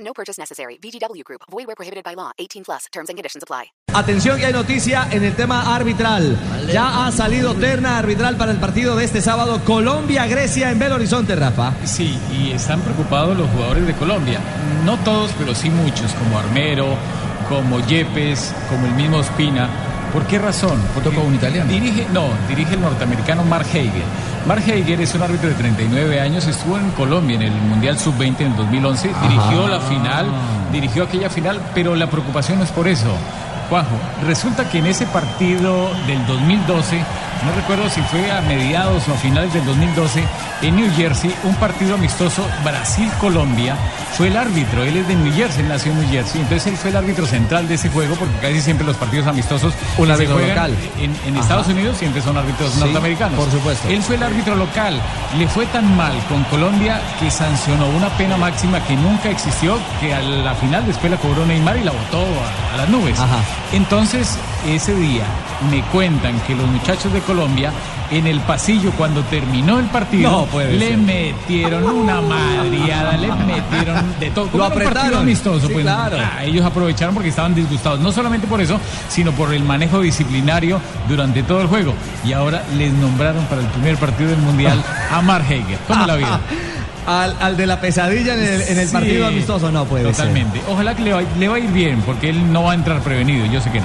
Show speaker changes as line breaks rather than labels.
No purchase necessary. VGW Group. Void where prohibited by law. 18 plus. Terms and conditions apply.
Atención que hay noticia en el tema arbitral. Ya ha salido terna arbitral para el partido de este sábado Colombia-Grecia en Belo Horizonte, Rafa.
Sí, y están preocupados los jugadores de Colombia. No todos, pero sí muchos, como Armero, como Yepes, como el mismo Espina. ¿Por qué razón? Porque
Toca un italiano.
Dirige, no, dirige el norteamericano Mark Heiger. Mark Heiger es un árbitro de 39 años, estuvo en Colombia en el Mundial Sub-20 en el 2011, dirigió la final, dirigió aquella final, pero la preocupación no es por eso. Juanjo, resulta que en ese partido del 2012, no recuerdo si fue a mediados o a finales del 2012, en New Jersey, un partido amistoso Brasil-Colombia, fue el árbitro, él es de New Jersey, él nació en New Jersey, entonces él fue el árbitro central de ese juego, porque casi siempre los partidos amistosos
Un
que se
árbitro
juegan
local.
En, en Estados Unidos siempre son árbitros norteamericanos.
por supuesto.
Él fue el árbitro local. Le fue tan mal con Colombia que sancionó una pena máxima que nunca existió, que a la final después la cobró Neymar y la botó a, a las nubes.
Ajá.
Entonces, ese día me cuentan que los muchachos de Colombia en el pasillo cuando terminó el partido
No puede
le
ser.
metieron una madriada, le metieron de todo. Como era un partido
apretaron.
amistoso,
Sí,
pues,
claro.
ah, Ah, ellos aprovecharon porque estaban disgustados, no solamente por eso, sino por el manejo disciplinario durante todo el juego. Y ahora les nombraron para el primer partido del Mundial a Mark Heger. ¿Cómo la vieron?
Al, al de la pesadilla en el, en el
Sí,
partido amistoso, no puede ser.
Totalmente. Ojalá que le, va- le va a ir bien, porque él no va a entrar prevenido, yo sé que no.